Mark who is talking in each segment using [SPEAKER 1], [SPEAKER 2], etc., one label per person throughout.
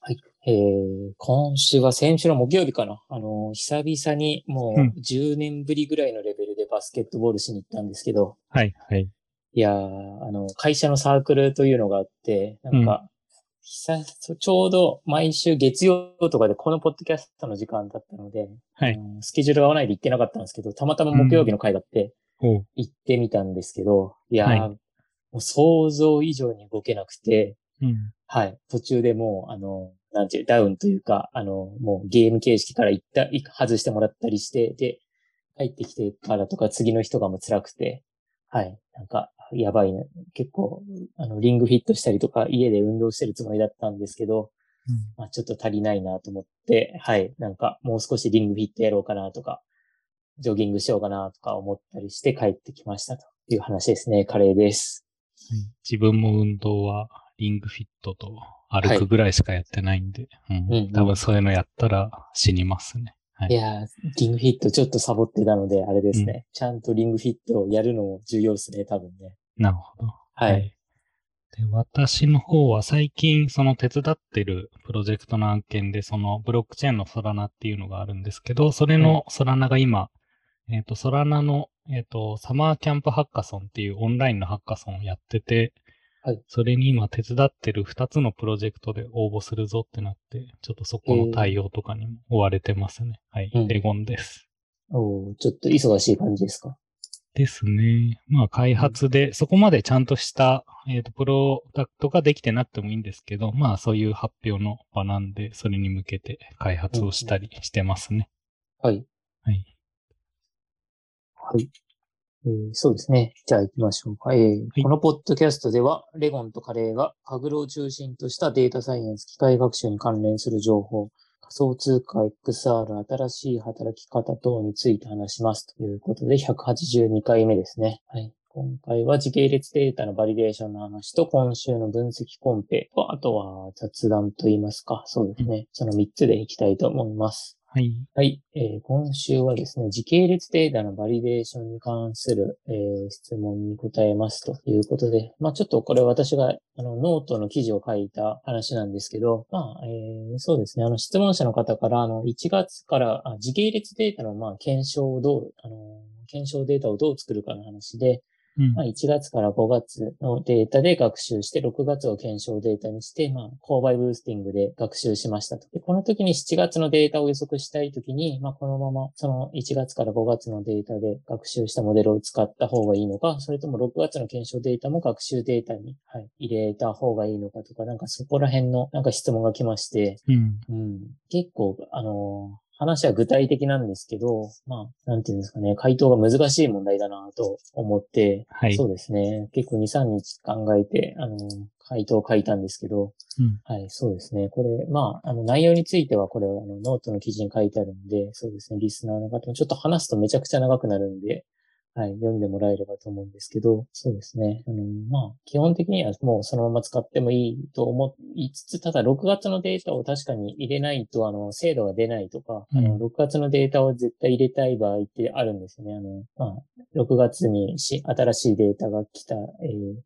[SPEAKER 1] はい。えー、今週は先週の木曜日かな。あのー、久々にも
[SPEAKER 2] うん
[SPEAKER 1] う10年ぶりぐらいのレベルでバスケットボールしに行ったんですけど、
[SPEAKER 2] はい、はい。
[SPEAKER 1] いやー、あの、会社のサークルというのがあって、なんか、久々ちょうど毎週月曜とかでこのポッドキャストの時間だったので、
[SPEAKER 2] はい
[SPEAKER 1] あのスケジュールが合わないで行ってなかったんですけど、たまたま木曜日の会があって
[SPEAKER 2] おう。
[SPEAKER 1] 行ってみたんですけど、いやー、
[SPEAKER 2] はい
[SPEAKER 1] もう想像以上に動けなくて、
[SPEAKER 2] うん。
[SPEAKER 1] はい。途中でもう、あの、なんていう、ダウンというか、あの、もうゲーム形式から一旦い外してもらったりして、で、帰ってきてからとか次の日とかも辛くて、はい。なんか、やばいな。結構、あの、リングフィットしたりとか、家で運動してるつもりだったんですけど、まあ、ちょっと足りないなと思って、はい。なんか、もう少しリングフィットやろうかなとか、ジョギングしようかなとか思ったりして帰ってきましたという話ですね。カレーです。
[SPEAKER 2] 自分も運動は、リングフィットと歩くぐらいしかやってないんで、
[SPEAKER 1] うん
[SPEAKER 2] う
[SPEAKER 1] うん
[SPEAKER 2] ん。多分そういうのやったら死にますね。はい
[SPEAKER 1] いやー、リングフィットちょっとサボってたので、あれですね、
[SPEAKER 2] う
[SPEAKER 1] ちゃんとリングフィットをやるのも重要ですね、多分ね。
[SPEAKER 2] なるほど。
[SPEAKER 1] はい。
[SPEAKER 2] で、私の方は最近、その手伝ってるプロジェクトの案件で、そのブロックチェーンのソラナっていうのがあるんですけど、それのソラナが今、えっ、と、ソラナの、えっ、と、サマーキャンプハッカソンっていうオンラインのハッカソンをやってて、
[SPEAKER 1] はい
[SPEAKER 2] それに今手伝ってる2つのプロジェクトで応募するぞってなって、ちょっとそこの対応とかにも追われてますね。はい。
[SPEAKER 1] うん
[SPEAKER 2] レゴンです。
[SPEAKER 1] おーちょっと忙しい感じですか。
[SPEAKER 2] ですね。まあ、開発で、そこまでちゃんとした、えっ、と、プロダクトができてなくてもいいんですけど、まあ、そういう発表の場なんで、それに向けて開発をしたりしてますね。
[SPEAKER 1] はい。
[SPEAKER 2] はい。
[SPEAKER 1] はい。えーそうですね。じゃあ行きましょうか、えー
[SPEAKER 2] い
[SPEAKER 1] このポッドキャストでは、レゴンとカレーがパグルを中心としたデータサイエンス、機械学習に関連する情報、仮想通貨、XR、新しい働き方等について話しますということで、182回目ですね。はい。今回は時系列データのバリデーションの話と、今週の分析コンペと、あとは雑談といいますか、そうですね。その3つでいきたいと思います。
[SPEAKER 2] はい。
[SPEAKER 1] はい、えー今週はですね、時系列データのバリデーションに関する、えー質問に答えますということで、まあちょっとこれ私があのノートの記事を書いた話なんですけど、まあ、えーそうですね、あの質問者の方からあの1月からあ時系列データのまあ検証をどう、あの検証データをどう作るかの話で、
[SPEAKER 2] うん
[SPEAKER 1] まあ、1月から5月のデータで学習して、6月を検証データにして、まあ、購買ブースティングで学習しましたと。でこの時に7月のデータを予測したい時に、まあ、このままその1月から5月のデータで学習したモデルを使った方がいいのか、それとも6月の検証データも学習データに、はい、入れた方がいいのかとか、なんかそこら辺のなんか質問が来まして、
[SPEAKER 2] うん。
[SPEAKER 1] うん、結構、あのー話は具体的なんですけど、まあ、なんていうんですかね、回答が難しい問題だなと思って、
[SPEAKER 2] はい
[SPEAKER 1] そうですね、結構2、3日考えて、あのー回答を書いたんですけど、
[SPEAKER 2] うん
[SPEAKER 1] はい、そうですね。これ、まあ、あの、内容については、これは、あの、ノートの記事に書いてあるんで、そうですね、リスナーの方もちょっと話すとめちゃくちゃ長くなるんで、はい、読んでもらえればと思うんですけど、そうですね。あの、まあ、基本的にはもうそのまま使ってもいいと思いつつ、ただ6月のデータを確かに入れないと、あの、精度が出ないとか、あ
[SPEAKER 2] う
[SPEAKER 1] の、
[SPEAKER 2] ん
[SPEAKER 1] 6月のデータを絶対入れたい場合ってあるんですよね。あの、まあ、6月にし新しいデータが来た、え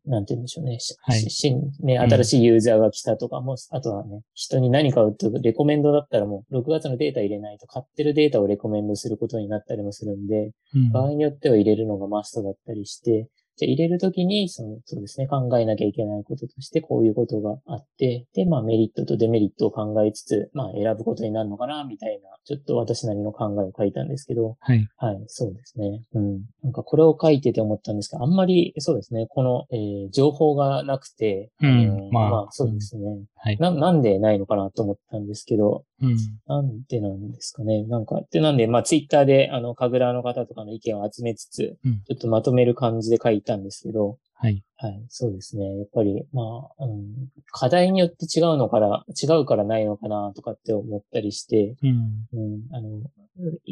[SPEAKER 1] ー、なんて言うんでしょうね。し
[SPEAKER 2] はい
[SPEAKER 1] し新ね、
[SPEAKER 2] うん
[SPEAKER 1] 新しいユーザーが来たとか、もう、あとはね、人に何かを売ってレコメンドだったらもう、6月のデータ入れないと、買ってるデータをレコメンドすることになったりもするんで、
[SPEAKER 2] うん
[SPEAKER 1] 場合によっては入れるのがマストだったりして、じゃあ入れるときに、その、そうですね、考えなきゃいけないこととして、こういうことがあって、で、まあメリットとデメリットを考えつつ、まあ選ぶことになるのかな、みたいな、ちょっと私なりの考えを書いたんですけど、
[SPEAKER 2] はい。
[SPEAKER 1] はい、そうですね。うん。なんかこれを書いてて思ったんですけど、あんまり、そうですね、この、えー情報がなくて、
[SPEAKER 2] うん
[SPEAKER 1] あの
[SPEAKER 2] まあ
[SPEAKER 1] そうですね。
[SPEAKER 2] はい。
[SPEAKER 1] な、なんでないのかなと思ったんですけど、
[SPEAKER 2] うん。
[SPEAKER 1] なんでなんですかね。なんか、で、なんで、まあ、ツイッターで、あの、神楽の方とかの意見を集めつつ、
[SPEAKER 2] うん
[SPEAKER 1] ちょっとまとめる感じで書いたんですけど、
[SPEAKER 2] はい。
[SPEAKER 1] はい、そうですね。やっぱり、まあ、うん、課題によって違うのから、違うからないのかな、とかって思ったりして、
[SPEAKER 2] うん。
[SPEAKER 1] うん、あの、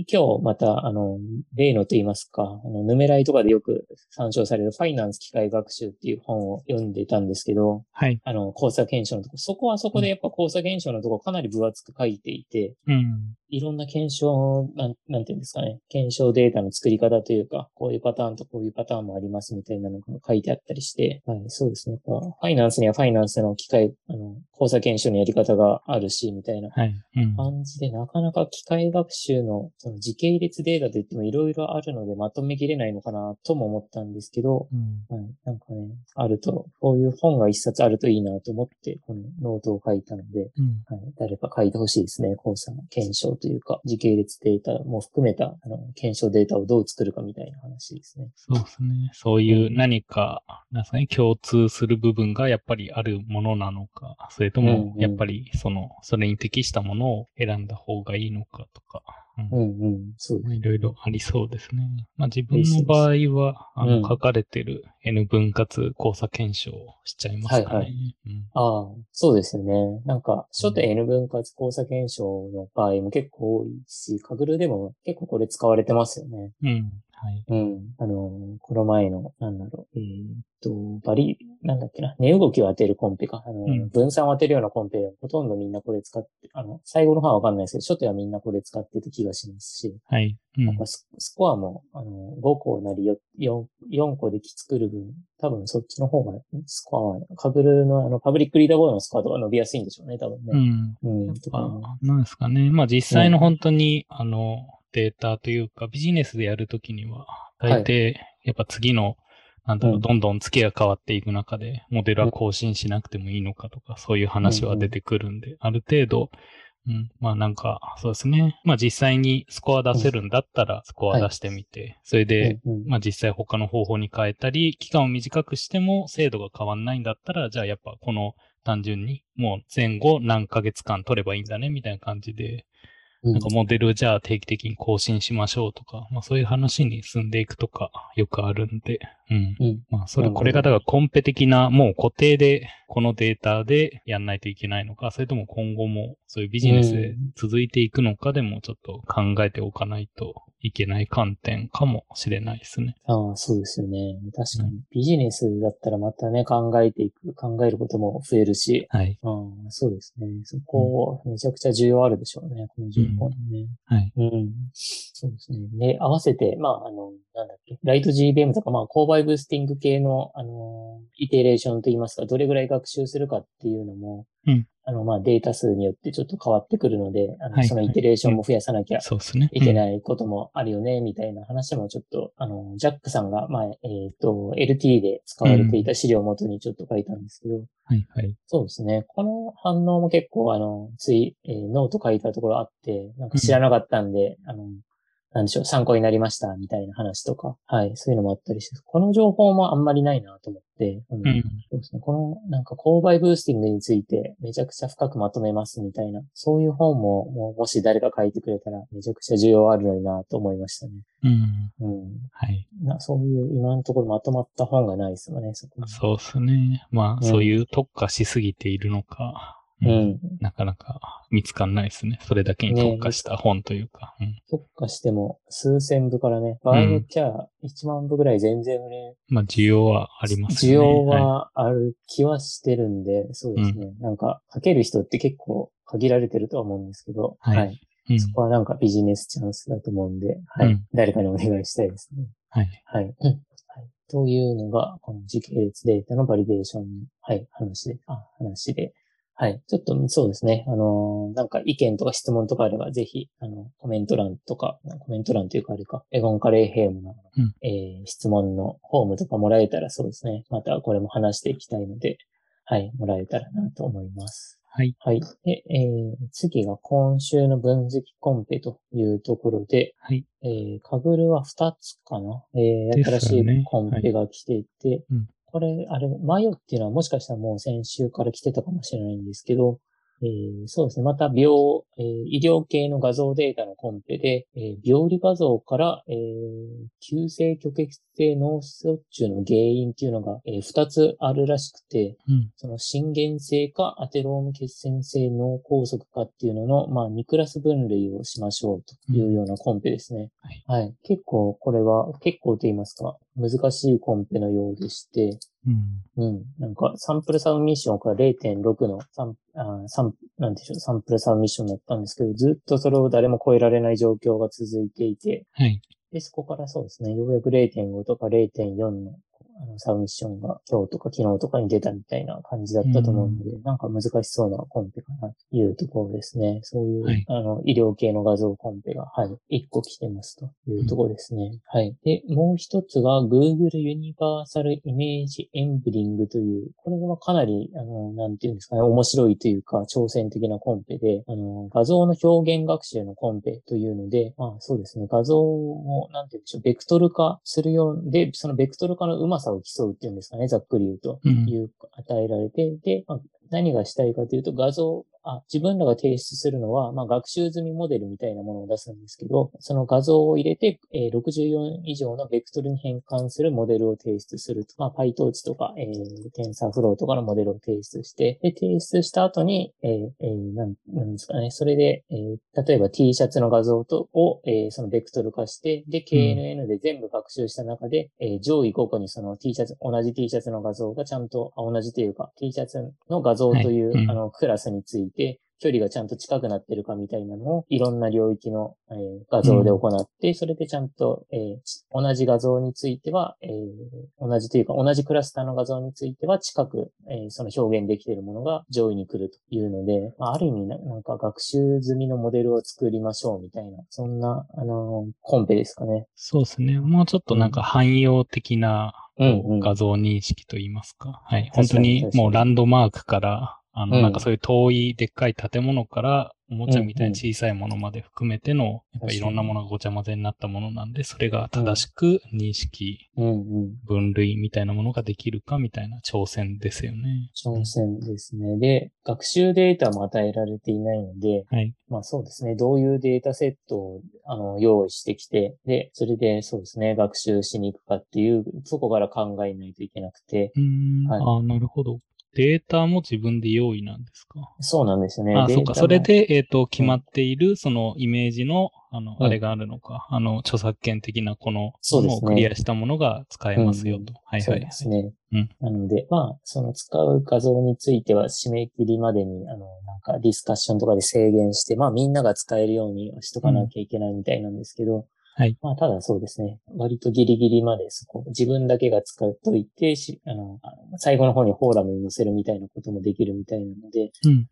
[SPEAKER 1] 今日また、あの、例のと言いますか、あの、ヌメライとかでよく参照されるファイナンス機械学習っていう本を読んでたんですけど、
[SPEAKER 2] はい。
[SPEAKER 1] あの、交差検証のとこ、そこはそこでやっぱ交差検証のとこかなり分厚く書いていて、
[SPEAKER 2] うん。
[SPEAKER 1] いろんな検証、なん、なんていうんですかね。検証データの作り方というか、こういうパターンとこういうパターンもありますみたいなのが書いてあったりして、はい、そうですね。やっぱファイナンスにはファイナンスの機械、あの、交差検証のやり方があるし、みたいな
[SPEAKER 2] はい。うん。
[SPEAKER 1] 感じで、なかなか機械学習のその時系列データといってもいろいろあるのでまとめきれないのかなとも思ったんですけど、
[SPEAKER 2] うん
[SPEAKER 1] はい。なんかね、あると、こういう本が一冊あるといいなと思って、このノートを書いたので、
[SPEAKER 2] うん。
[SPEAKER 1] はい。誰か書いてほしいですね。こうさんの検証というか、時系列データも含めた、あの、検証データをどう作るかみたいな話ですね。
[SPEAKER 2] そうですね。そういう何か、なんですかね、共通する部分がやっぱりあるものなのか、それと
[SPEAKER 1] うん
[SPEAKER 2] も
[SPEAKER 1] う、ん
[SPEAKER 2] やっぱり、その、それに適したものを選んだ方がいいのかとか、う
[SPEAKER 1] う
[SPEAKER 2] ん
[SPEAKER 1] んうん。そうです。
[SPEAKER 2] まあいろいろありそうですね。まあ、自分
[SPEAKER 1] です
[SPEAKER 2] の場合は、あ
[SPEAKER 1] うん
[SPEAKER 2] の、書かれてる N 分割交差検証をしちゃいますかね。
[SPEAKER 1] はいはい
[SPEAKER 2] うん
[SPEAKER 1] ああ、そうですよね。なんか、初手 N 分割交差検証の場合も結構多いし、カグルでも結構これ使われてますよね。
[SPEAKER 2] うん。はい。
[SPEAKER 1] うん。あの、この前の、なんだろう、えーっと、バリ、なんだっけな、値動きを当てるコンペか。あの、
[SPEAKER 2] うん
[SPEAKER 1] 分散を当てるようなコンペ、ほとんどみんなこれ使って、あの、最後の方はわかんないですけど、初手はみんなこれ使ってた気がしますし、
[SPEAKER 2] はい。うん
[SPEAKER 1] まあススコアも、あの、5個なり 4, 4個で作る分、多分そっちの方が、スコアは、カブルの、あの、パブリックリーダーボードのスコアとか伸びやすいんでしょうね、多分
[SPEAKER 2] う
[SPEAKER 1] ね。
[SPEAKER 2] ん。
[SPEAKER 1] うん。
[SPEAKER 2] やっ
[SPEAKER 1] とかね
[SPEAKER 2] ぱ、なんですかね。まあ実際の本当に、あの、データというか、ビジネスでやるときには、大抵、やっぱ次の、なんだろ
[SPEAKER 1] うん
[SPEAKER 2] う、どんどん月が変わっていく中で、モデルは更新しなくてもいいのかとか、そういう話は出てくるんで、ある程度、うん、まあなんか、そうですね。まあ実際にスコア出せるんだったら、スコア出してみて、それで、
[SPEAKER 1] うんうん
[SPEAKER 2] まあ実際他の方法に変えたり、期間を短くしても精度が変わんないんだったら、じゃあやっぱこの単純にもう前後何ヶ月間取ればいいんだねみたいな感じで、
[SPEAKER 1] うん
[SPEAKER 2] なんかモデルをじゃあ定期的に更新しましょうとか、まあそういう話に進んでいくとかよくあるんで、うん。
[SPEAKER 1] うん
[SPEAKER 2] まあそ
[SPEAKER 1] なる
[SPEAKER 2] れ、
[SPEAKER 1] ほど
[SPEAKER 2] これがだからコンペ的なもう固定でこのデータでやんないといけないのか、それとも今後もそういうビジネスで続いていくのかでもちょっと考えておかないといけない観点かもしれないですね。
[SPEAKER 1] ああ、そうですよね。確か
[SPEAKER 2] う
[SPEAKER 1] に。ビジネスだったらまたね、考えていく、考えることも増えるし、
[SPEAKER 2] はい。
[SPEAKER 1] ああ、そうですね。そこ、めちゃくちゃ重要あるでしょうね、この情報にね。
[SPEAKER 2] はい。
[SPEAKER 1] うん。そうですね。で、合わせて、まあ、あの、なんだっけ、ライト GBM とか、まあ、購買ブースティング系の、あの、イテレーションといいますか、どれぐらい学習するかっていうのも、
[SPEAKER 2] うん
[SPEAKER 1] あの、まあ、データ数によってちょっと変わってくるので、あの
[SPEAKER 2] はい
[SPEAKER 1] そのイテレーションも増やさなきゃ
[SPEAKER 2] そうですね。
[SPEAKER 1] いけ
[SPEAKER 2] い。
[SPEAKER 1] ないこともあるよね、みたいな話もちょっと、あの、ジャックさんが前、えっ、と、LT で使われていた資料をもとにちょっと書いたんですけど、
[SPEAKER 2] はいはい。
[SPEAKER 1] そうですね。この反応も結構、あの、つい、えーノート書いたところあって、なんか知らなかったんで、あの、なんでしょう、参考になりました、みたいな話とか、はい、そういうのもあったりして、この情報もあんまりないなと思って、あの
[SPEAKER 2] うん。
[SPEAKER 1] そうですね。この、なんか、購買ブースティングについて、めちゃくちゃ深くまとめますみたいな、そういう本も、もうもし誰か書いてくれたら、めちゃくちゃ需要あるのになと思いましたね。
[SPEAKER 2] うん。
[SPEAKER 1] うん。
[SPEAKER 2] はい。
[SPEAKER 1] なそういう、今のところまとまった本がないですよね、そこ。
[SPEAKER 2] そうですね。まあ、
[SPEAKER 1] うん
[SPEAKER 2] そういう特化しすぎているのか、
[SPEAKER 1] うん。
[SPEAKER 2] なかなか見つかんないですね。それだけに特化した本というか。うん、
[SPEAKER 1] 特化しても、数千部からね、場合によっちゃ、1万部ぐらい全然売れ、
[SPEAKER 2] まあ、需要はあります
[SPEAKER 1] 需
[SPEAKER 2] よね。
[SPEAKER 1] 要
[SPEAKER 2] い、
[SPEAKER 1] はある気はしてるんで、そうですね。なんか、書ける人って結構限られてるとは思うんですけど、
[SPEAKER 2] はい
[SPEAKER 1] はい
[SPEAKER 2] うん
[SPEAKER 1] そこはなんかビジネスチャンスだと思うんで、はい。
[SPEAKER 2] うん
[SPEAKER 1] 誰かにお願いしたいですね。
[SPEAKER 2] はい。
[SPEAKER 1] はい。うんはい、というのが、この時系列データのバリデーションの、はい、話で、あ、話で。はい。ちょっと、そうですね。あのーなんか意見とか質問とかあれば、ぜひ、あの、コメント欄とか、コメント欄というかあれか、エゴンカレーヘームの、
[SPEAKER 2] うん
[SPEAKER 1] えー質問のフォームとかもらえたらそうですね。またこれも話していきたいので、はい、もらえたらなと思います。
[SPEAKER 2] はい。
[SPEAKER 1] はい。で、えー次が今週の分析コンペというところで、
[SPEAKER 2] はい。
[SPEAKER 1] えー、カグルは2つかな、えー
[SPEAKER 2] です
[SPEAKER 1] 新
[SPEAKER 2] ね
[SPEAKER 1] しいコンペが来ていて、
[SPEAKER 2] うん
[SPEAKER 1] これ、あれ、マヨっていうのはもしかしたらもう先週から来てたかもしれないんですけど、えーそうですね。また病、えー医療系の画像データのコンペで、えー病理画像から、えー急性虚血性脳卒中の原因っていうのが、え2つあるらしくて、
[SPEAKER 2] うん。
[SPEAKER 1] その心原性かアテローム血栓性脳梗塞かっていうのの、まあ、2クラス分類をしましょうというようなコンペですね。はい。結構、これは、結構と言いますか、難しいコンペのようでして、
[SPEAKER 2] うん。
[SPEAKER 1] うん。なんか、サンプルサブミッションから0.6のサン、あーサン、なんでしょう、サンプルサブミッションだったんですけど、ずっとそれを誰も超えられない状況が続いていて、
[SPEAKER 2] はい。
[SPEAKER 1] で、そこからそうですね、ようやく0.5とか0.4のあのサブミッションが今日とか昨日とかに出たみたいな感じだったと思うので、なんか難しそうなコンペかなというところですね。そういう、
[SPEAKER 2] はい
[SPEAKER 1] あの、医療系の画像コンペが、はい、1個来てますというところですね。はい。で、もう一つが Google Universal Image Embedding という、これはかなり、あの、なんていうんですかね、面白いというか、挑戦的なコンペで、あの、画像の表現学習のコンペというので、まあそうですね、画像を、なんていうんでしょう、ベクトル化するようで、そのベクトル化のうまさを競うっていうんですかね、ざっくり言うと。
[SPEAKER 2] うん
[SPEAKER 1] いう、与えられて、で、まあ何がしたいかというと、画像、あ自分らが提出するのは、まあ、学習済みモデルみたいなものを出すんですけど、その画像を入れて、えー64以上のベクトルに変換するモデルを提出すると。まあ、PyTorch とか、えー、TensorFlow とかのモデルを提出して、で、提出した後に、えーえーなん、なんですかね、それで、えー例えば T シャツの画像とを、えーそのベクトル化して、で、KNN で全部学習した中で、えー上位5個にその T シャツ、同じ T シャツの画像がちゃんと、あ同じというか、T シャツの画像という、
[SPEAKER 2] はいうん
[SPEAKER 1] あの、クラスについて、距離がちゃんと近くなってるかみたいなのを、いろんな領域の、えー画像で行って、それでちゃんと、えーち同じ画像については、えー同じというか、同じクラスターの画像については近く、えーその表現できているものが上位に来るというので、まあ、ある意味な、なんか学習済みのモデルを作りましょうみたいな、そんな、あのーコンペですかね。
[SPEAKER 2] そうですね。もうちょっとなんか汎用的な
[SPEAKER 1] うんうん
[SPEAKER 2] 画像認識といいますか。はい。
[SPEAKER 1] 確か
[SPEAKER 2] 本
[SPEAKER 1] に
[SPEAKER 2] 当
[SPEAKER 1] 確
[SPEAKER 2] に
[SPEAKER 1] かに
[SPEAKER 2] もうランドマークから、あ
[SPEAKER 1] う
[SPEAKER 2] の、
[SPEAKER 1] ん
[SPEAKER 2] なんかそういう遠いでっかい建物から、おもちゃみたい
[SPEAKER 1] うん
[SPEAKER 2] な小さいものまで含めての、やっぱいろんなものがごちゃ混ぜになったものなんで、それが正しく認識、
[SPEAKER 1] うんうん。
[SPEAKER 2] 分類みたいなものができるかみたいな挑戦ですよね。
[SPEAKER 1] 挑戦ですね。で、学習データも与えられていないので、
[SPEAKER 2] はい。
[SPEAKER 1] まあそうですね。どういうデータセットをあの用意してきて、で、それでそうですね、学習しに行くかっていう、そこから考えないといけなくて、
[SPEAKER 2] うーん、
[SPEAKER 1] はい
[SPEAKER 2] ああ、なるほど。データも自分で用意なんですか。
[SPEAKER 1] そうなんですね。
[SPEAKER 2] あ
[SPEAKER 1] デー
[SPEAKER 2] そ
[SPEAKER 1] タ
[SPEAKER 2] うか。
[SPEAKER 1] も
[SPEAKER 2] それ、で、えっ、と、決まっている、そのイメージの、あの、
[SPEAKER 1] うん
[SPEAKER 2] あれがあるのか、あの、著作権的なこの、
[SPEAKER 1] そうですね
[SPEAKER 2] もクリアしたものが使えますよと。
[SPEAKER 1] うんうん
[SPEAKER 2] はい
[SPEAKER 1] そ
[SPEAKER 2] は
[SPEAKER 1] う
[SPEAKER 2] い、は
[SPEAKER 1] で
[SPEAKER 2] い。
[SPEAKER 1] すね。
[SPEAKER 2] うん
[SPEAKER 1] なので、まあ、その使う画像については締め切りまでに、あの、なんかディスカッションとかで制限して、まあみんなが使えるようにしとかなきゃいけないみたいなんですけど、
[SPEAKER 2] はい
[SPEAKER 1] まあただそうですね、割とギリギリまでそこ、自分だけが使っといて、しあのあ最後の方にフォーラムに載せるみたいなこともできるみたいなので、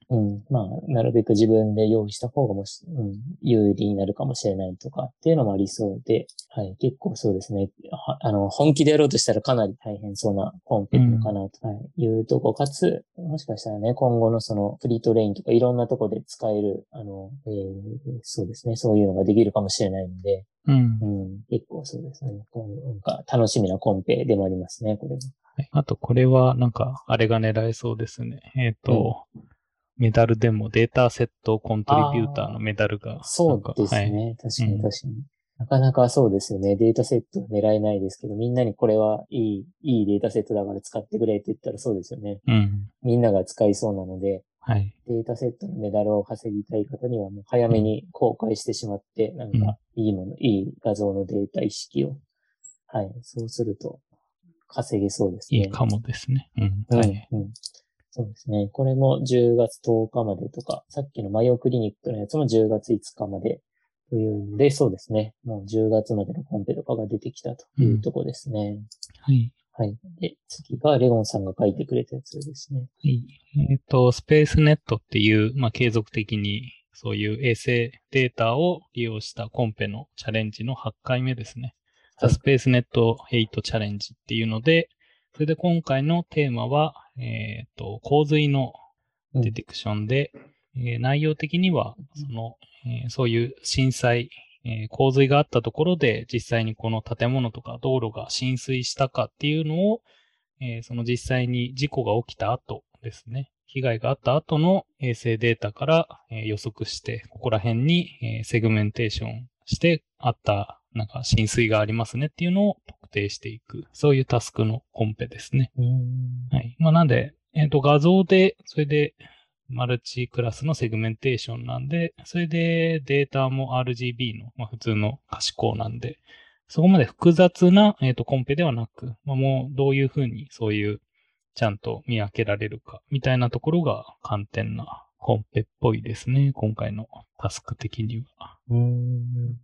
[SPEAKER 2] うん。
[SPEAKER 1] うん。まあ、なるべく自分で用意した方がもし、うん、有利になるかもしれないとかっていうのもありそうで、はい。結構そうですね。はあの、本気でやろうとしたらかなり大変そうなコンペなのかなと、はい、いうとこ。かつ、もしかしたらね、今後のそのフリートレインとかいろんなとこで使える、あの、えーそうですね。そういうのができるかもしれないので、
[SPEAKER 2] うん
[SPEAKER 1] う。ん。結構そうですね。今後なんか楽しみなコンペでもありますね、これは。
[SPEAKER 2] はいあと、これは、なんか、あれが狙えそうですね。えっ、と、メダルでもデータセットコントリビューターのメダルが。
[SPEAKER 1] そうです
[SPEAKER 2] なんかはい
[SPEAKER 1] ね。確か
[SPEAKER 2] う
[SPEAKER 1] に
[SPEAKER 2] ん
[SPEAKER 1] 確かに。なかなかそうですよね。データセット狙えないですけど、みんなにこれはいい、いいデータセットだから使ってくれって言ったらそうですよね。
[SPEAKER 2] うん。
[SPEAKER 1] みんなが使いそうなので、
[SPEAKER 2] はい。
[SPEAKER 1] データセットのメダルを稼ぎたい方にはもう早めに公開してしまって、なんかいいもの、いい画像のデータ意識を。はい。そうすると稼げそうですね。
[SPEAKER 2] いいかもですね。うん。
[SPEAKER 1] うん
[SPEAKER 2] はい。
[SPEAKER 1] うんそうですね。これも10月10日までとか、さっきのマヨクリニックのやつも10月5日までというので、そうですね。もう10月までのコンペとかが出てきたというとこですね。
[SPEAKER 2] はい。
[SPEAKER 1] はい。で、次がレゴンさんが書いてくれたやつですね。
[SPEAKER 2] はい。えっ、と、スペースネットっていう、まあ、継続的にそういう衛星データを利用したコンペのチャレンジの8回目ですね。
[SPEAKER 1] はい
[SPEAKER 2] The Space Net 8チャレンジっていうので、それで今回のテーマは、えっ、と、洪水のディテクションで、えー内容的には、その、えーそういう震災、えー洪水があったところで、実際にこの建物とか道路が浸水したかっていうのを、えーその実際に事故が起きた後ですね、被害があった後の衛星データから、えー予測して、ここら辺に、えーセグメンテーションしてあった、なんか浸水がありますねっていうのを特定していく、そういうタスクのコンペですね。
[SPEAKER 1] うーん。
[SPEAKER 2] はい。まあ、なんで、えっ、と、画像で、それで、マルチクラスのセグメンテーションなんで、それでデータも RGB の、まあ、普通の可視光なんで、そこまで複雑な、えっとコンペではなく、まあ、もうどういうふうにそういうちゃんと見分けられるかみたいなところが観点なコンペっぽいですね。今回のタスク的には。
[SPEAKER 1] うん。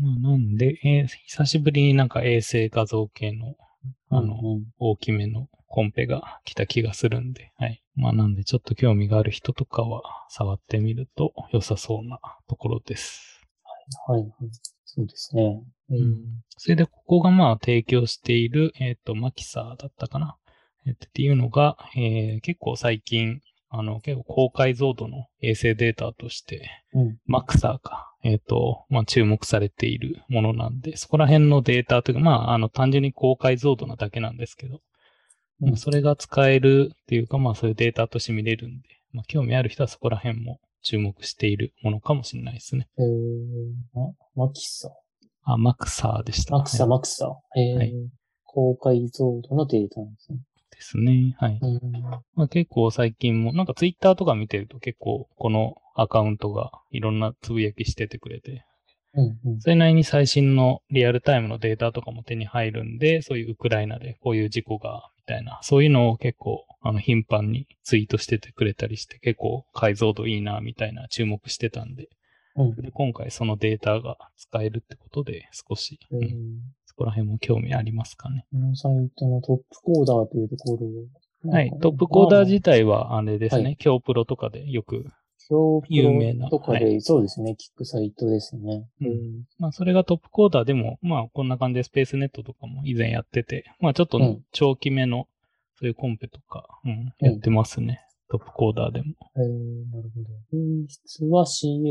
[SPEAKER 2] まあ、なんで、えー久しぶりになんか衛星画像系のあの
[SPEAKER 1] うん
[SPEAKER 2] 大きめのコンペが来た気がするんで、はい。まあなんでちょっと興味がある人とかは触ってみると良さそうなところです。
[SPEAKER 1] はい、はい。そうですね。うん
[SPEAKER 2] それでここがまあ提供している、えっ、と、マキサーだったかな。えーっていうのが、えー結構最近、あの、結構高解像度の衛星データとして、
[SPEAKER 1] うん。
[SPEAKER 2] マクサーか、えっ、と、まあ、注目されているものなんで、そこら辺のデータというか、まあ、あの、単純に高解像度なだけなんですけど、
[SPEAKER 1] うん
[SPEAKER 2] まあそれが使えるっていうか、まあ、そういうデータとして見れるんで、まあ、興味ある人はそこら辺も注目しているものかもしれないですね。
[SPEAKER 1] えー、あマキサ。
[SPEAKER 2] あ、マクサーでした。
[SPEAKER 1] マクサ、
[SPEAKER 2] はい
[SPEAKER 1] マクサ。えー
[SPEAKER 2] はい
[SPEAKER 1] 高解像度のデータなんですね。
[SPEAKER 2] ですね。はい。
[SPEAKER 1] うん。
[SPEAKER 2] まあ、結構最近も、なんかツイッターとか見てると結構このアカウントがいろんなつぶやきしててくれて、
[SPEAKER 1] うん、うん。
[SPEAKER 2] それなりに最新のリアルタイムのデータとかも手に入るんで、そういうウクライナでこういう事故が、みたいな、そういうのを結構、あの、頻繁にツイートしててくれたりして、結構解像度いいな、みたいな注目してたんで、
[SPEAKER 1] うん。
[SPEAKER 2] で今回そのデータが使えるってことで、少し、
[SPEAKER 1] え
[SPEAKER 2] うん
[SPEAKER 1] ー
[SPEAKER 2] そこら辺も興味ありますかね。
[SPEAKER 1] このサイトのトップコーダーというところ
[SPEAKER 2] はい。トップコーダー
[SPEAKER 1] 体
[SPEAKER 2] 自体は、あれです
[SPEAKER 1] は
[SPEAKER 2] ね、京プロとかでよく
[SPEAKER 1] 有
[SPEAKER 2] 有
[SPEAKER 1] 名
[SPEAKER 2] 名
[SPEAKER 1] な。
[SPEAKER 2] な
[SPEAKER 1] とかで、そうですね、聞くサイトですね。
[SPEAKER 2] うん
[SPEAKER 1] ん。
[SPEAKER 2] まあ、それがトップコーダーでも、まあ、こんな感じでスペースネットとかも以前やってて、まあ、ちょっと
[SPEAKER 1] うん
[SPEAKER 2] 長期めの、そういうコンペとか、うん、
[SPEAKER 1] うん
[SPEAKER 2] やってますね。トップコーダーでも。
[SPEAKER 1] えー、なるほど。提出は CSV ファイ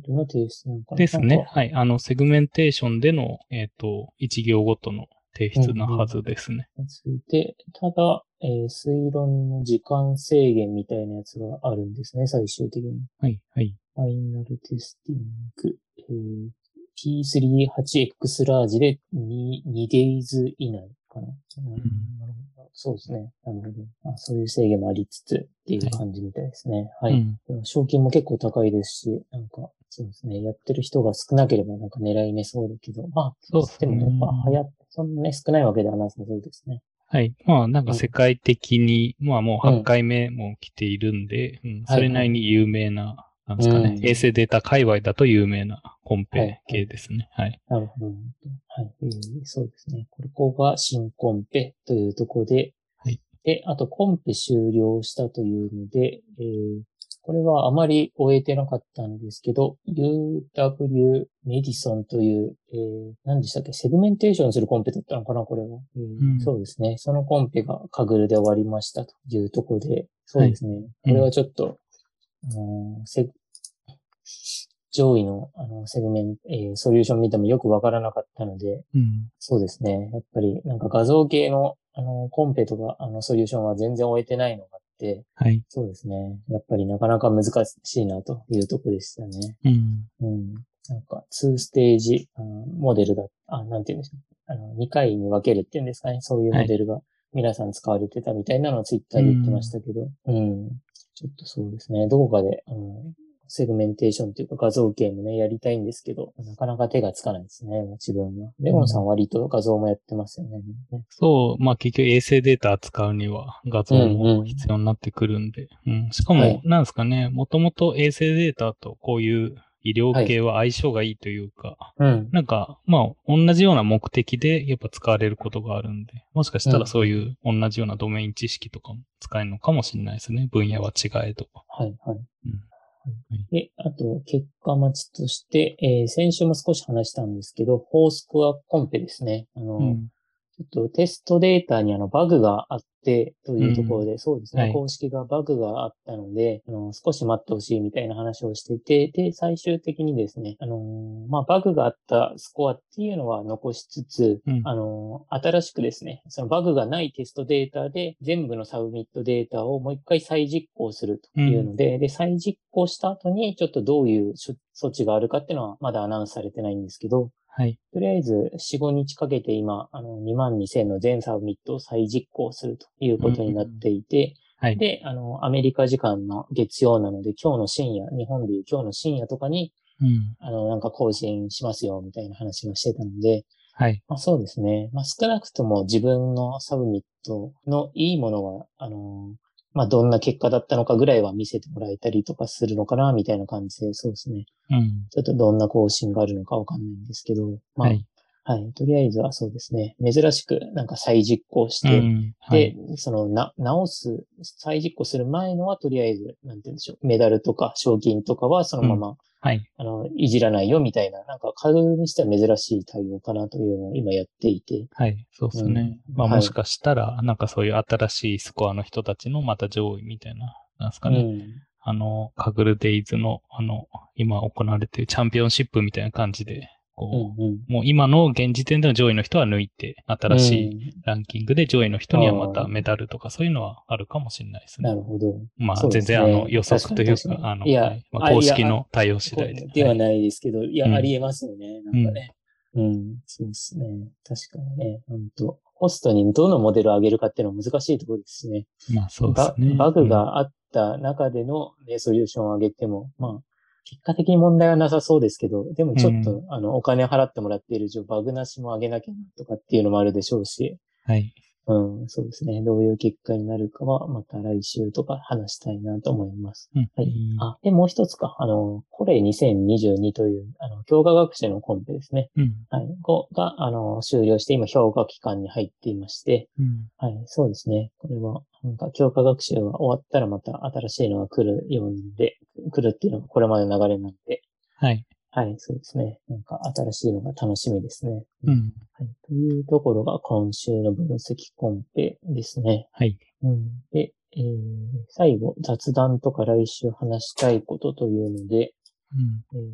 [SPEAKER 1] ルの提出なのかな
[SPEAKER 2] です
[SPEAKER 1] なん
[SPEAKER 2] ね。
[SPEAKER 1] か
[SPEAKER 2] はい。あの、セグメンテーションでの、えっ、と、一行ごとの提出なはずですね。
[SPEAKER 1] やつで、ただ、えー推論の時間制限みたいなやつがあるんですね、最終的に。
[SPEAKER 2] はい、はい。
[SPEAKER 1] ファイナルテスティング、えー、P38X ラージで 2, 2 days 以内かな。うんなるほどそうですね。なるほどあ。そういう制限もありつつっていう感じみたいですね。はい。
[SPEAKER 2] うん。
[SPEAKER 1] でも賞金も結構高いですし、なんか、そうですね。やってる人が少なければなんか狙い目そうだけど、まあ、
[SPEAKER 2] そうです
[SPEAKER 1] で
[SPEAKER 2] ね
[SPEAKER 1] もやっぱ流行っそんなね、少ないわけではないですね。そうですね。
[SPEAKER 2] はい。まあ、なん
[SPEAKER 1] う
[SPEAKER 2] か
[SPEAKER 1] ん
[SPEAKER 2] 世界的に、まあ、もう
[SPEAKER 1] うん
[SPEAKER 2] 8回目も来ているんで、うんそれなりに有名な、なんですかね、
[SPEAKER 1] うん
[SPEAKER 2] 衛星データ界隈だと有名なコン
[SPEAKER 1] はい
[SPEAKER 2] ペ系ですね。はい。
[SPEAKER 1] なるほど。はい、えーそうですね。これここが新コンペというところで、
[SPEAKER 2] はい
[SPEAKER 1] で、あとコンペ終了したというので、えーこれはあまり終えてなかったんですけど、UW メディソンという、えー何でしたっけ、セグメンテーションするコンペだったのかな、これは、えー
[SPEAKER 2] うん
[SPEAKER 1] そうですね。そのコンペがカグルで終わりましたというところで、そうですね。これはちょっと、あのーセグ上位のあのセグメント、えーソリューション見てもよくわからなかったので、
[SPEAKER 2] うん。
[SPEAKER 1] そうですね。やっぱりなんか画像系のあのコンペとかあのソリューションは全然終えてないのがあって、
[SPEAKER 2] はい。
[SPEAKER 1] そうですね。やっぱりなかなか難しいなというとこでしたね。
[SPEAKER 2] うん。
[SPEAKER 1] うん。なんか2ステージあモデルだ、あ、なんて言うんですか。あの、2回に分けるっていうんですかね。そういうモデルが皆さん使われてたみたいなのをツイッターで言ってましたけど、うん。ちょっとそうですね。どこかで、あの、セグメンテーションというか画像系もね、やりたいんですけど、なかなか手がつかないですね、自分は。レオンさん割と画像もやってますよね。ね
[SPEAKER 2] そう、まあ結局衛星データ扱うには画像
[SPEAKER 1] うんう
[SPEAKER 2] も
[SPEAKER 1] ん
[SPEAKER 2] 必要になってくるんで。うんしか
[SPEAKER 1] はい
[SPEAKER 2] も、なんですかね、もともと衛星データとこういう医療系は相性がいいというか、
[SPEAKER 1] うん。
[SPEAKER 2] なんか、まあ同じような目的でやっぱ使われることがあるんで、もしかした
[SPEAKER 1] うん
[SPEAKER 2] らそういう同じようなドメイン知識とかも使えるのかもしれないですね。分野は違えと。
[SPEAKER 1] はい、はい。
[SPEAKER 2] うん
[SPEAKER 1] で、あと、結果待ちとして、えー先週も少し話したんですけど、フォースコアコンペですね。あの、
[SPEAKER 2] うん
[SPEAKER 1] ちょっとテストデータにあのバグがあってというところで、そうですね、
[SPEAKER 2] はい
[SPEAKER 1] 公式がバグがあったのであの、少し待ってほしいみたいな話をしてて、で、最終的にですね、あのーまあ、バグがあったスコアっていうのは残しつつ、
[SPEAKER 2] うん
[SPEAKER 1] あのー新しくですね、そのバグがないテストデータで全部のサブミットデータをもう一回再実行するというので、で、再実行した後にちょっとどういう処措置があるかっていうのはまだアナウンスされてないんですけど、
[SPEAKER 2] はい。
[SPEAKER 1] とりあえず、4、5日かけて今、あの、2万2000の全サブミットを再実行するということになっていて、
[SPEAKER 2] はい。
[SPEAKER 1] で、あの、アメリカ時間の月曜なので、今日の深夜、日本でいう今日の深夜とかに、
[SPEAKER 2] うん。
[SPEAKER 1] あの、なんか更新しますよ、みたいな話をしてたので、
[SPEAKER 2] はい。
[SPEAKER 1] まあ、そうですね。まあ、少なくとも自分のサブミットのいいものは、あの、まあ、どんな結果だったのかぐらいは見せてもらえたりとかするのかな、みたいな感じで、そうですね。
[SPEAKER 2] うん。
[SPEAKER 1] ちょっとどんな更新があるのかわかんないんですけど、まあ、
[SPEAKER 2] は
[SPEAKER 1] はい、
[SPEAKER 2] い。
[SPEAKER 1] とりあえずはそうですね。珍しくなんか再実行し
[SPEAKER 2] う
[SPEAKER 1] て、
[SPEAKER 2] ん。はい。
[SPEAKER 1] で、そのな、直す、再実行する前のはとりあえず、なんて言うんでしょう。メダルとか賞金とかはそのまま、
[SPEAKER 2] はい。
[SPEAKER 1] あの、いじらないよみたいな、なんか軽にしては珍しい対応かなというのを今やっていて、
[SPEAKER 2] はい。そうですね。
[SPEAKER 1] うん
[SPEAKER 2] まあ
[SPEAKER 1] はい
[SPEAKER 2] もしかしたら、なんかそういう新しいスコアの人たちのまた上位みたいな、なんですかね。
[SPEAKER 1] うん。
[SPEAKER 2] あの、カグルデイズの、あの、今行われているチャンピオンシップみたいな感じで、
[SPEAKER 1] う
[SPEAKER 2] こ
[SPEAKER 1] んうん。
[SPEAKER 2] う、もう今の現時点での上位の人は抜いて、新しい
[SPEAKER 1] い。
[SPEAKER 2] ランキングで上位の人にはま
[SPEAKER 1] あ
[SPEAKER 2] た
[SPEAKER 1] ー
[SPEAKER 2] メダルとかそういうのはあるかもしれないです
[SPEAKER 1] な
[SPEAKER 2] ね
[SPEAKER 1] る。ほど。
[SPEAKER 2] まあ
[SPEAKER 1] そうで
[SPEAKER 2] 全
[SPEAKER 1] すね
[SPEAKER 2] 然あの予測という
[SPEAKER 1] 確かに確
[SPEAKER 2] か、
[SPEAKER 1] かに
[SPEAKER 2] あの、
[SPEAKER 1] いや
[SPEAKER 2] はいまあ
[SPEAKER 1] あ
[SPEAKER 2] 公式
[SPEAKER 1] いや
[SPEAKER 2] の対応次第で。
[SPEAKER 1] では
[SPEAKER 2] はい
[SPEAKER 1] ないですけど、いや、
[SPEAKER 2] うん
[SPEAKER 1] ありえますよね。なんかね。うん、そうですね。確かにね。本当ホストにどのモデルを上げるかっていうのは難しいところですしね。
[SPEAKER 2] まあそうですね。
[SPEAKER 1] ババグがあった中での、ね、ソリューションを上げても、まあ、結果的に問題はなさそうですけど、でもちょっと、あの、お金払ってもらっている以上、バグなしも上げなきゃなとかっていうのもあるでしょうし、
[SPEAKER 2] うん。はい。
[SPEAKER 1] うん、そうですね。どういう結果になるかは、また来週とか話したいなと思います。
[SPEAKER 2] うん
[SPEAKER 1] はい。あ、で、もう一つか。あの、コレ2022という、あの、教科学習のコンペですね。
[SPEAKER 2] うん。
[SPEAKER 1] はい。こが、あの、終了して、今、評価期間に入っていまして、
[SPEAKER 2] うん。
[SPEAKER 1] はい、そうですね。これは、なんか、教科学習が終わったらまた新しいのが来るようなんで、来るっていうのがこれまでの流れなんで、
[SPEAKER 2] はい。
[SPEAKER 1] はい、そうですね。なんか、新しいのが楽しみですね。
[SPEAKER 2] うん。
[SPEAKER 1] はい。というところが、今週の分析コンペですね。
[SPEAKER 2] はい。
[SPEAKER 1] うん。で、えー最後、雑談とか来週話したいことというので、
[SPEAKER 2] うん。
[SPEAKER 1] えー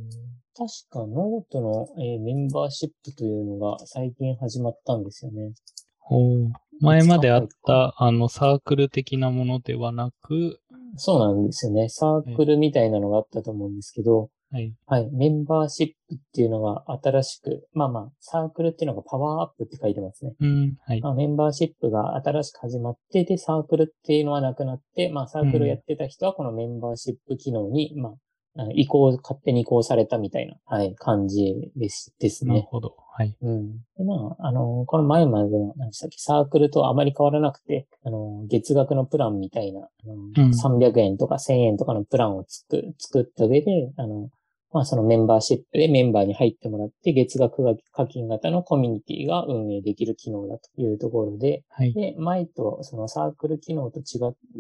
[SPEAKER 1] 確かノートの、えーメンバーシップというのが最近始まったんですよね。
[SPEAKER 2] おー前まであった、あの、サークル的なものではなく、
[SPEAKER 1] そうなんですよね。サークルみたいなのがあったと思うんですけど、
[SPEAKER 2] はい。
[SPEAKER 1] はい、メンバーシップっていうのが新しく、まあまあ、サークルっていうのがパワーアップって書いてますね。
[SPEAKER 2] うん。はい
[SPEAKER 1] ま。あ、メンバーシップが新しく始まって、で、サークルっていうのはなくなって、まあ、サークルをやってた人は、このメンバーシップ機能に、まあ、あの移行、勝手に移行されたみたいな、はい、感じです、です
[SPEAKER 2] なる
[SPEAKER 1] ね。
[SPEAKER 2] ほど。はい。
[SPEAKER 1] うん。で、まあ、あの、この前までの、何でしたっけ、サークルとあまり変わらなくて、あの、月額のプランみたいな、あの
[SPEAKER 2] ん
[SPEAKER 1] 300円とか1000円とかのプランをつく、作った上で、あの、まあ、そのメンバーシップでメンバーに入ってもらって、月額が課金型のコミュニティが運営できる機能だというところで、
[SPEAKER 2] はい。
[SPEAKER 1] で、前とそのサークル機能と違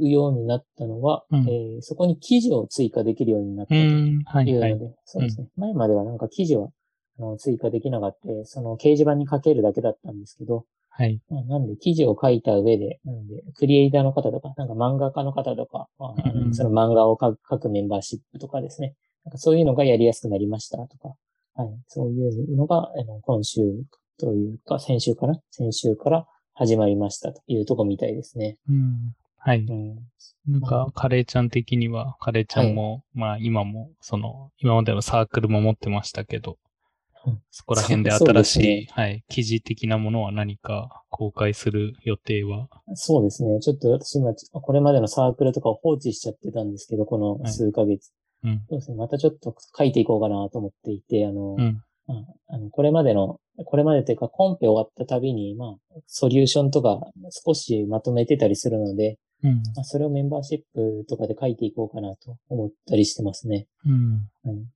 [SPEAKER 1] うようになったのは、
[SPEAKER 2] うん
[SPEAKER 1] えーそこに記事を追加できるようになった
[SPEAKER 2] う
[SPEAKER 1] と
[SPEAKER 2] ん。はいい。
[SPEAKER 1] うの
[SPEAKER 2] は
[SPEAKER 1] で、
[SPEAKER 2] い。
[SPEAKER 1] そうですね。前まではなんか記事はあの追加できなかった、その掲示板に書けるだけだったんですけど、
[SPEAKER 2] はい。
[SPEAKER 1] まあ、なんで記事を書いた上で、なんで、クリエイターの方とか、なんか漫画家の方とか、まああ
[SPEAKER 2] うん
[SPEAKER 1] のその漫画を書く書くメンバーシップとかですね。なんかそういうのがやりやすくなりましたとか、はい。そういうのが、あの今週というか、先週から、先週から始まりましたというとこみたいですね。
[SPEAKER 2] うん。はい。
[SPEAKER 1] うん。
[SPEAKER 2] なんか、カレーちゃん的には、カレーちゃんも、まあ今も、その、今までのサークルも持ってましたけど
[SPEAKER 1] うん、
[SPEAKER 2] そこら辺で
[SPEAKER 1] そうそう
[SPEAKER 2] 新
[SPEAKER 1] です
[SPEAKER 2] し
[SPEAKER 1] ね
[SPEAKER 2] い、はい、記事的なものは何か公開する予定は、
[SPEAKER 1] そうですね。ちょっと私今、これまでのサークルとかを放置しちゃってたんですけど、この数ヶ月。
[SPEAKER 2] うん。
[SPEAKER 1] そうですね。またちょっと書いていこうかなと思っていて、あの、
[SPEAKER 2] うん。
[SPEAKER 1] まああのこれまでの、これまでというかコンペ終わったたびに、まあ、ソリューションとか少しまとめてたりするので、
[SPEAKER 2] うん。
[SPEAKER 1] まあ、それをメンバーシップとかで書いていこうかなと思ったりしてますね。
[SPEAKER 2] うん。
[SPEAKER 1] はい。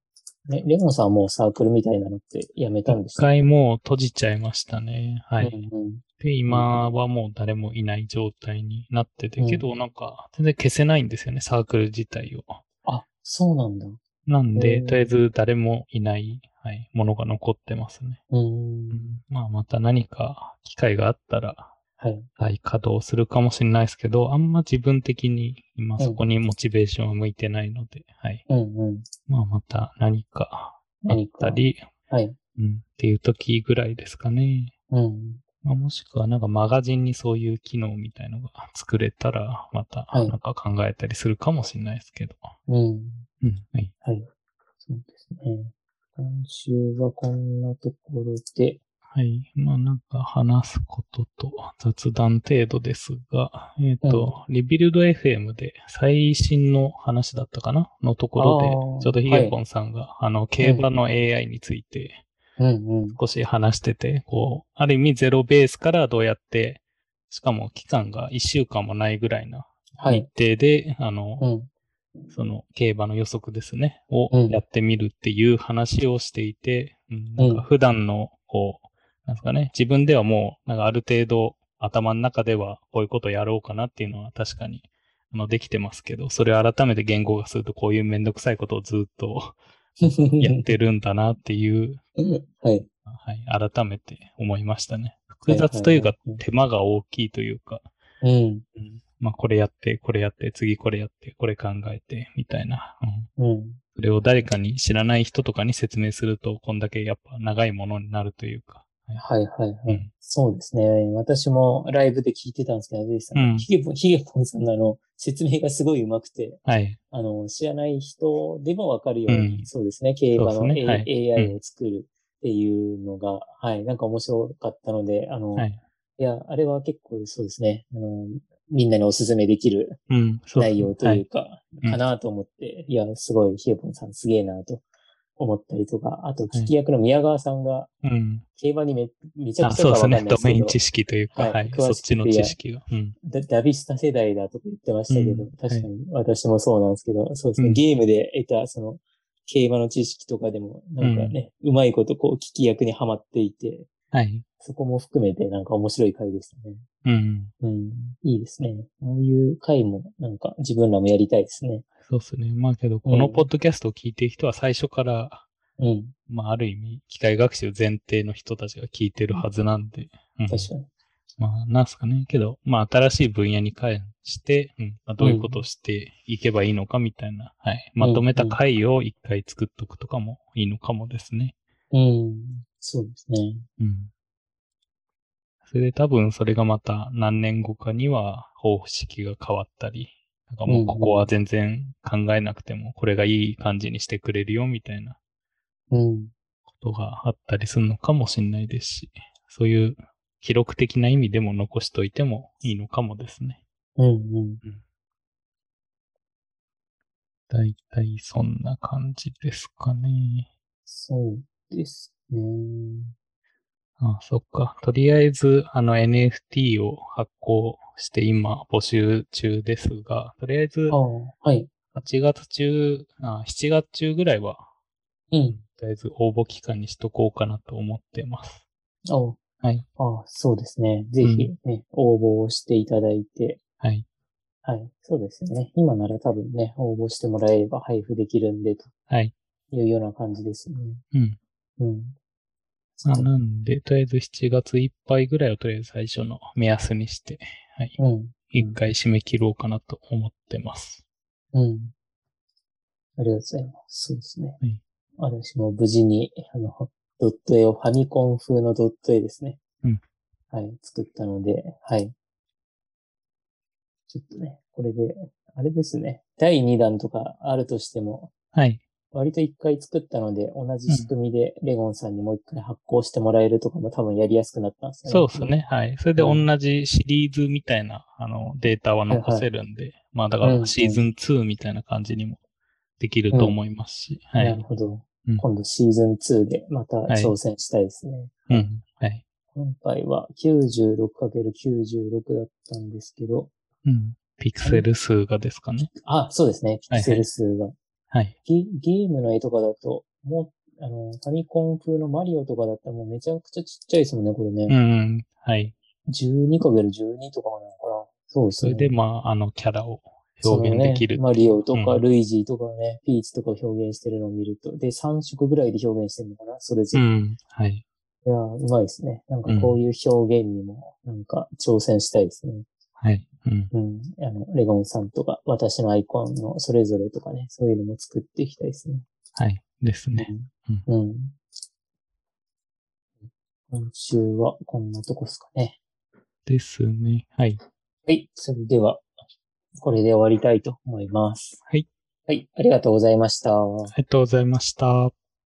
[SPEAKER 1] ね、レモンさんはもうサークルみたいなのってやめたんで
[SPEAKER 2] 一
[SPEAKER 1] すか
[SPEAKER 2] 回もう閉じちゃいましたね。はい。
[SPEAKER 1] うんうん
[SPEAKER 2] で、今はもう誰もいない状態になってて、けど、なんか、全然消せないんですよね、サークル自体を。
[SPEAKER 1] あ、そうなんだ。
[SPEAKER 2] なんで、
[SPEAKER 1] うん
[SPEAKER 2] とりあえず誰もいない、はい、ものが残ってますね。
[SPEAKER 1] うー。
[SPEAKER 2] うんん、まあ、また何か機会があったら、
[SPEAKER 1] はい。
[SPEAKER 2] 再稼働するかもしれないですけど、あんま自分的に今そこにモチベーションは向いてないので、はい。
[SPEAKER 1] うんうん。
[SPEAKER 2] まあ、また何かあっ
[SPEAKER 1] 何か
[SPEAKER 2] たり、
[SPEAKER 1] はい。
[SPEAKER 2] うん、っていう時ぐらいですかね。
[SPEAKER 1] うん。
[SPEAKER 2] まあ、もしくはなんかマガジンにそういう機能みたいのが作れたら、また
[SPEAKER 1] はい
[SPEAKER 2] なんか考えたりするかもしれないですけど。
[SPEAKER 1] うん。
[SPEAKER 2] うん。はい。
[SPEAKER 1] はい。そうですね。今週はこんなところで、
[SPEAKER 2] はい。まあなんか話すことと雑談程度ですが、えっ、と、リビルド FM で最新の話だったかなのところ
[SPEAKER 1] あ
[SPEAKER 2] で、
[SPEAKER 1] ー
[SPEAKER 2] ちょうどヒゲポンさんが、あの、競馬の AI について
[SPEAKER 1] うんうん。
[SPEAKER 2] 少し話してて、こう、ある意味ゼロベースからどうやって、しかも期間が1週間もないぐらいな
[SPEAKER 1] はい。
[SPEAKER 2] 日程で、あの、
[SPEAKER 1] うん。
[SPEAKER 2] その競馬の予測ですね、を
[SPEAKER 1] うん
[SPEAKER 2] やってみるっていう話をしていて、うん、なんか普段の、こう、なんですかね、自分ではもう、なんかある程度頭の中ではこういうことやろうかなっていうのは確かに、あの、できてますけど、それを改めて言語化するとこういうめんどくさいことをずっとやってるんだなっていう、
[SPEAKER 1] はい。
[SPEAKER 2] はい、改めて思いましたね。複雑というか
[SPEAKER 1] はいはいはい、
[SPEAKER 2] 手間が大きいというか、
[SPEAKER 1] うん。
[SPEAKER 2] うんまあ、これやって、これやって、次これやって、これ考えて、みたいな。うん
[SPEAKER 1] うん。
[SPEAKER 2] それを誰かに知らない人とかに説明すると、こんだけやっぱ長いものになるというか。
[SPEAKER 1] はいはいはい。
[SPEAKER 2] うん
[SPEAKER 1] そうですね。私もライブで聞いてたんですけど、あれでした
[SPEAKER 2] うん
[SPEAKER 1] ね。ヒゲポン、ヒ ゲポンさんのあの、説明がすごい上手くて、
[SPEAKER 2] はい。
[SPEAKER 1] あの、知らない人でもわかるように、
[SPEAKER 2] うん
[SPEAKER 1] そうですね、競馬
[SPEAKER 2] そ
[SPEAKER 1] の
[SPEAKER 2] う、で
[SPEAKER 1] A
[SPEAKER 2] すねはい
[SPEAKER 1] AI を作るっていうのが、はい、なんか面白かったので、あの、、
[SPEAKER 2] はいい。
[SPEAKER 1] や、あれは結構そうですね、あの、みんなにお勧めできる
[SPEAKER 2] うん。そう
[SPEAKER 1] 内容と
[SPEAKER 2] はいいう
[SPEAKER 1] か、
[SPEAKER 2] うん
[SPEAKER 1] かなと思って、いや、すごい、ヒエポンさんすげえなと思ったりとか、あと、聞き役の宮川さんが、
[SPEAKER 2] うん。
[SPEAKER 1] 競馬にめめちゃ
[SPEAKER 2] あ、
[SPEAKER 1] くちゃか
[SPEAKER 2] そう
[SPEAKER 1] わか
[SPEAKER 2] です
[SPEAKER 1] んない
[SPEAKER 2] ね。ド
[SPEAKER 1] です
[SPEAKER 2] メイ
[SPEAKER 1] け
[SPEAKER 2] ン
[SPEAKER 1] ど、
[SPEAKER 2] 知識というか、
[SPEAKER 1] はい
[SPEAKER 2] はい。
[SPEAKER 1] 詳しく
[SPEAKER 2] そっちの知識が。うん。
[SPEAKER 1] ダダビスタ世代だとか言ってましたけど、
[SPEAKER 2] うん
[SPEAKER 1] 確かに私もそうなんですけど、そうですね、
[SPEAKER 2] うん
[SPEAKER 1] ゲームで得た、その、競馬の知識とかでも、なんかね、うまいことこう、聞き役にはまっていて、
[SPEAKER 2] はい。
[SPEAKER 1] そこも含めてなんか面白い回でしたね。
[SPEAKER 2] うん。
[SPEAKER 1] うん、いいですね。ああいう回も、なんか自分らもやりたいですね。
[SPEAKER 2] そうですね。まあけど、このポッドキャストを聞いてる人は最初から、
[SPEAKER 1] うん、
[SPEAKER 2] まあある意味、機械学習前提の人たちが聞いてるはずなんで。うん
[SPEAKER 1] 確かに。
[SPEAKER 2] まあ、なんすかね。けど、まあ、新しい分野に関して、うんまあ、どういうことをしていけばいいのかみたいな、はい。まとめた回を一回作っとくとかもいいのかもですね。
[SPEAKER 1] うん、そうですね。
[SPEAKER 2] うん。それで多分、それがまた何年後かには、方式が変わったり、なんかもうここは全然考えなくても、これがいい感じにしてくれるよ、みたいな
[SPEAKER 1] うん、
[SPEAKER 2] ことがあったりするのかもしれないですし、そういう記録的な意味でも残しといてもいいのかもですね。
[SPEAKER 1] うん、うん。
[SPEAKER 2] だいたいそんな感じですかね。
[SPEAKER 1] そうですね。
[SPEAKER 2] あそっか。とりあえず、あの NFT を発行して今募集中ですが、とりあえず
[SPEAKER 1] ああ、はい。
[SPEAKER 2] 8月中、あ7月中ぐらいは、
[SPEAKER 1] うん。
[SPEAKER 2] とりあえず応募期間にしとこうかなと思ってます。
[SPEAKER 1] ああ
[SPEAKER 2] はい。
[SPEAKER 1] ああ、そうですね。ぜひね、応募をしていただいて、
[SPEAKER 2] はい。
[SPEAKER 1] はい、そうですよね。今なら多分ね、応募してもらえれば配布できるんで、と
[SPEAKER 2] はい。
[SPEAKER 1] いうような感じですよね。
[SPEAKER 2] うん。
[SPEAKER 1] うん。
[SPEAKER 2] まあ
[SPEAKER 1] はい
[SPEAKER 2] なんで、とりあえず7月いっぱいぐらいをとりあえず最初の目安にして、はい。
[SPEAKER 1] うん。
[SPEAKER 2] 一回締め切ろうかなと思ってます。
[SPEAKER 1] うん。ありがとうございます。そうですね。
[SPEAKER 2] はい
[SPEAKER 1] 私も無事に、あの、ドット絵を、ファミコン風のドット絵ですね。
[SPEAKER 2] うん
[SPEAKER 1] はい、作ったので、はい。ちょっとね、これで、あれですね。第2弾とかあるとしても、
[SPEAKER 2] はい。
[SPEAKER 1] 割と一回作ったので、同じ仕組みでレゴンさんにもう一回発行してもらえるとかも多分やりやすくなったんですよね。
[SPEAKER 2] そうです。ね。はい。それで同じシリーズみたいな、あの、データは残せるんで、まあだか
[SPEAKER 1] うんう
[SPEAKER 2] ら
[SPEAKER 1] ん
[SPEAKER 2] シーズン2みたいな感じにもできると思いますし、は
[SPEAKER 1] なる
[SPEAKER 2] い。
[SPEAKER 1] ほど。
[SPEAKER 2] うん
[SPEAKER 1] 今度シーズン2でまた
[SPEAKER 2] はい
[SPEAKER 1] 挑戦したいですね。
[SPEAKER 2] うん。はい。
[SPEAKER 1] 今回は 96×96 だったんですけど、
[SPEAKER 2] うん。ピクセル数がですかね。
[SPEAKER 1] あ、そうですね、ピ
[SPEAKER 2] はいはい
[SPEAKER 1] クセル数が。
[SPEAKER 2] はい。
[SPEAKER 1] ゲゲームの絵とかだと、もう、あの、ファミコン風のマリオとかだったらもうめちゃくちゃちっちゃいですもんね、これ
[SPEAKER 2] う
[SPEAKER 1] ね。
[SPEAKER 2] ん。はい。
[SPEAKER 1] 12×12 とかなのかな。そうです
[SPEAKER 2] そ
[SPEAKER 1] ね。
[SPEAKER 2] れで、まあ、あの、キャラを
[SPEAKER 1] その
[SPEAKER 2] 表現できる。
[SPEAKER 1] ね、マリオとか
[SPEAKER 2] うん
[SPEAKER 1] ルイージーとかね、ピーチとかを表現してるのを見ると、で、3色ぐらいで表現してるのかな、それ
[SPEAKER 2] う
[SPEAKER 1] ぞれ。
[SPEAKER 2] ん。はい。
[SPEAKER 1] いやー、うまいですね。なんかこういう表現にも、なんか挑戦したいですね。
[SPEAKER 2] はい。うん。
[SPEAKER 1] うん。あの、レゴンさんとか、私のアイコンのそれぞれとかね、そういうのも作っていきたいですね。
[SPEAKER 2] はい。ですね。
[SPEAKER 1] うん。うん今週はこんなとこですかね。
[SPEAKER 2] ですね。はい。
[SPEAKER 1] はい。それでは、これで終わりたいと思います。
[SPEAKER 2] はい。
[SPEAKER 1] はい。ありがとうございました。
[SPEAKER 2] ありがとうございました。